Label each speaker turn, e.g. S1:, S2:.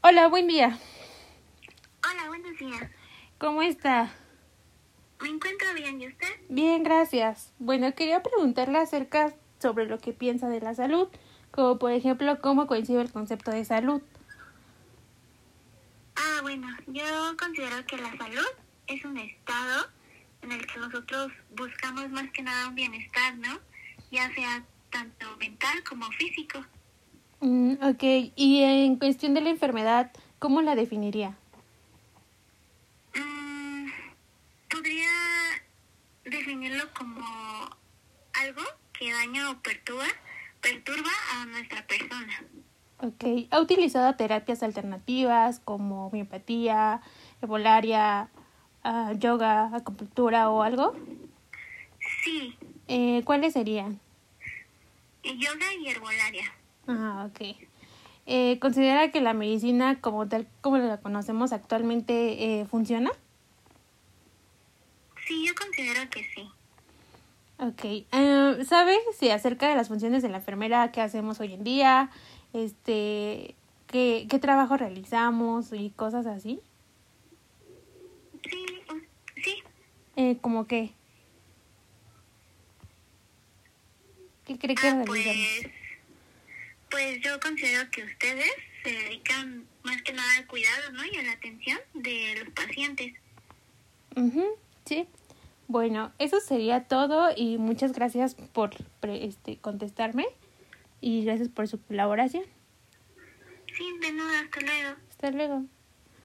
S1: Hola, buen día.
S2: Hola, buenos días.
S1: ¿Cómo está?
S2: ¿Me encuentro bien y usted?
S1: Bien, gracias. Bueno, quería preguntarle acerca sobre lo que piensa de la salud, como por ejemplo cómo coincide el concepto de salud.
S2: Ah, bueno, yo considero que la salud es un estado en el que nosotros buscamos más que nada un bienestar, ¿no? Ya sea tanto mental como físico.
S1: Mm, ok, y en cuestión de la enfermedad, ¿cómo la definiría?
S2: Mm, podría definirlo como algo que daña o perturba, perturba a nuestra persona.
S1: Ok, ¿ha utilizado terapias alternativas como homeopatía, herbolaria, ah, yoga, acupuntura o algo?
S2: Sí,
S1: Eh, ¿Cuáles serían?
S2: yoga y herbolaria.
S1: Ah, ok. Eh, ¿Considera que la medicina como tal como la conocemos actualmente eh, funciona?
S2: Sí, yo considero que sí.
S1: Ok. Eh, ¿Sabe si acerca de las funciones de la enfermera que hacemos hoy en día? Este, ¿qué, qué trabajo realizamos y cosas así?
S2: Sí, u- sí.
S1: Eh, ¿Cómo qué? ¿Qué cree que
S2: Ah,
S1: realizamos?
S2: pues, pues yo considero que ustedes se dedican más que nada al cuidado, ¿no? Y a la atención de los pacientes.
S1: Ujú, sí. Bueno, eso sería todo y muchas gracias por pre- este, contestarme y gracias por su colaboración.
S2: Sí, de nada, hasta luego.
S1: Hasta luego.